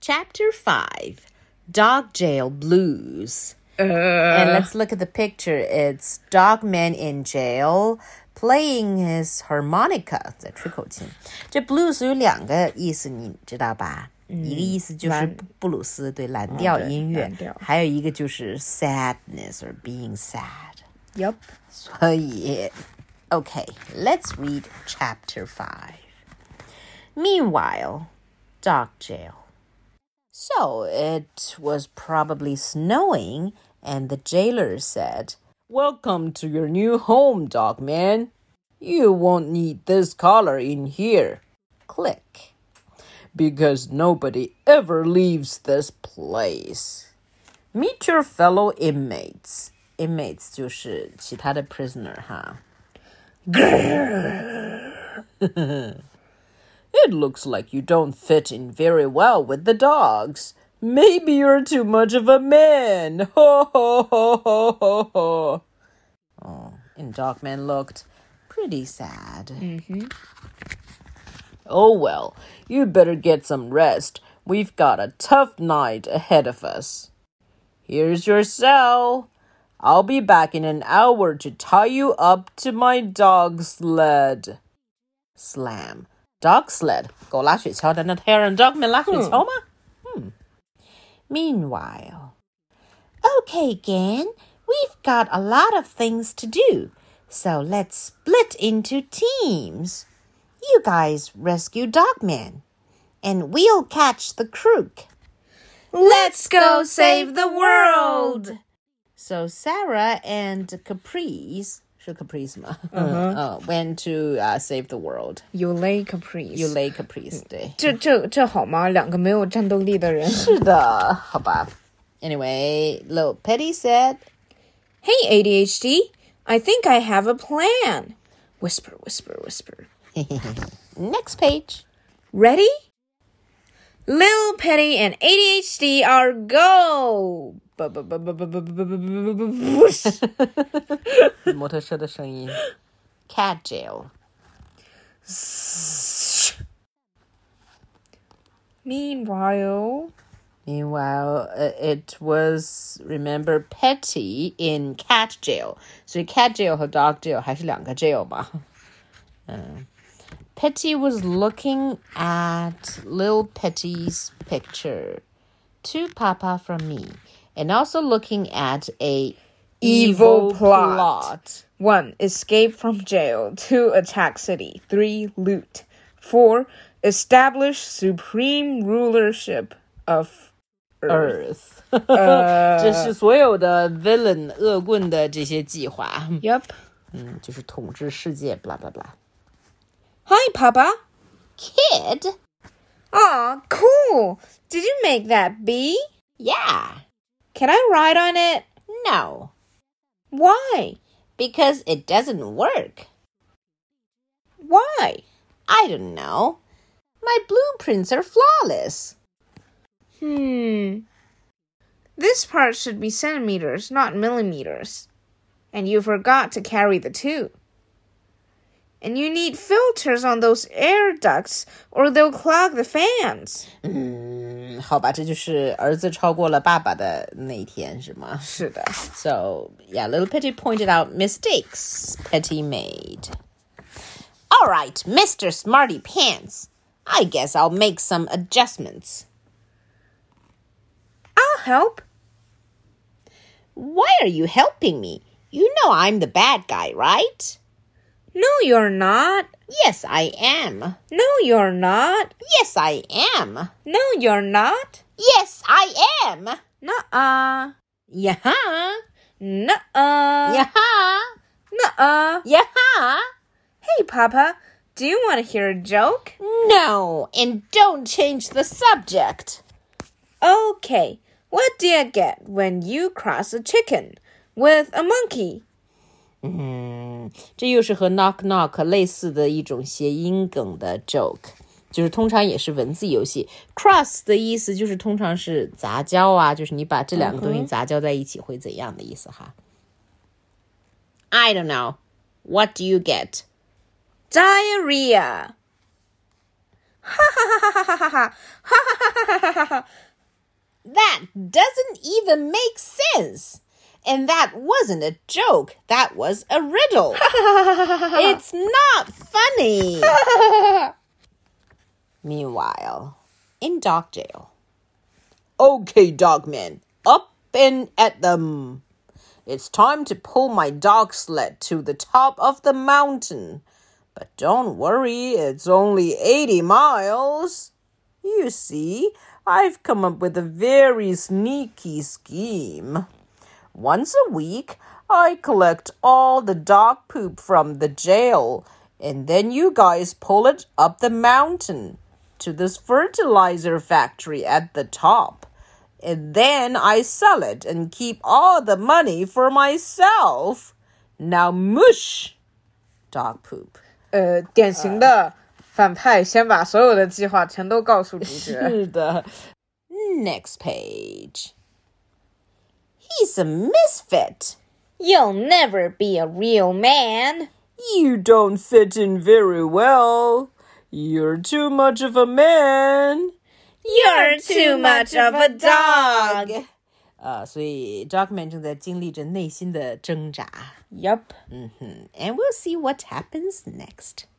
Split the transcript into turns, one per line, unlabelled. Chapter 5 Dog Jail Blues.
Uh.
And let's look at the picture. It's Dogman in jail playing his harmonica 在吹口琴。这 blues 有两个意思，你知道吧？一个意思就是
蓝
布鲁斯，对蓝调
对
音乐
蓝调，
还有一个就是 sadness or being sad。
Yep.
所以，Okay, let's read chapter five. Meanwhile, dog jail. So it was probably snowing, and the jailer said, Welcome to your new home, dog man. You won't need this collar in here. Click. Because nobody ever leaves this place. Meet your fellow inmates. Inmates 就是其他的 prisoner 哈。It looks like you don't fit in very well with the dogs. Maybe you're too much of a man. Ho ho ho ho ho ho. Oh, and Dogman looked pretty sad. Oh well, you'd better get some rest. We've got a tough night ahead of us. Here's your cell. I'll be back in an hour to tie you up to my dog sled. Slam. Dog sled. 狗拉雪橇，难道他要让 Dogman 拉雪橇吗？Meanwhile. Okay, Gan, we've got a lot of things to do, so let's split into teams. You guys rescue Dogman, and we'll catch the crook.
Let's go save the world.
So Sarah and Caprice, 是 Caprice 吗？嗯、went to uh, save the world.
Yulay Caprice.
You lay Caprice 对。
这这这好吗？两个没有战斗力的人。
Anyway, little Petty said,
Hey ADHD, I think I have a plan. Whisper, whisper, whisper.
"Next page."
Ready? Lil Petty and ADHD are go. Bu- bu- bu- bu- bu- bu- bu- bu- bu- bu- bu- whoosh.
Cat jail.
Meanwhile,
Meanwhile, uh, it was remember Petty in cat jail. So cat jail 和 dog jail 还是两个 jail 嘛。Petty was looking at Lil Petty's picture to Papa from me, and also looking at a
Evil plot.
plot.
one escape from jail, two attack city, three loot, four establish supreme rulership of
Earth，这 是所有的 villain 恶棍的这些计划，
Yep.
嗯，就是统治世界，blah blah blah。
Hi, Papa.
Kid,
Aw, cool. Did you make that bee?
yeah,
Can I ride on it?
no,
Why?
because it doesn't work.
Why?
I don't know. My blueprints are flawless.
Hmm. This part should be centimeters, not millimeters. And you forgot to carry the two. And you need filters on those air ducts, or they'll clog the fans.
嗯，好吧，这就是儿子超过了爸爸的那一天，是吗？
是的。
So, yeah, little Petty pointed out mistakes Petty made. All right, Mr. Smarty Pants. I guess I'll make some adjustments.
I'll help.
Why are you helping me? You know I'm the bad guy, right?
No, you're not.
Yes, I am.
No, you're not.
Yes, I am.
No, you're not.
Yes, I am. Uh.
Nuh-uh.
Yeah.
Nuh-uh.
Yeah.
Nuh-uh.
Yeah.
Hey, Papa, do you want to hear a joke?
No, and don't change the subject.
Okay, what do you get when you cross a chicken with a monkey?
嗯，这又是和 knock knock 类似的一种谐音梗的 joke，就是通常也是文字游戏。cross 的意思就是通常是杂交啊，就是你把这两个东西杂交在一起会怎样的意思哈。I don't know. What do you get?
Diarrhea. Ha ha ha ha ha ha ha ha ha ha ha.
That doesn't even make sense. And that wasn't a joke, that was a riddle. it's not funny. Meanwhile, in dog jail. Okay, dogmen, up and at them. It's time to pull my dog sled to the top of the mountain. But don't worry, it's only 80 miles. You see, I've come up with a very sneaky scheme. Once a week, I collect all the dog poop from the jail, and then you guys pull it up the mountain to this fertilizer factory at the top. And then I sell it and keep all the money for myself. Now, mush! Dog poop.
呃，Uh, 典型的反派先把所有的计划全都告诉主角。
Next page. He's a misfit.
You'll never be a real man.
You don't fit in very well. You're too much of a man.
You're too much of a dog.
啊，Uh, 所以 Dogman 正在经历着内心的挣扎。
Yup.
And we'll see what happens next.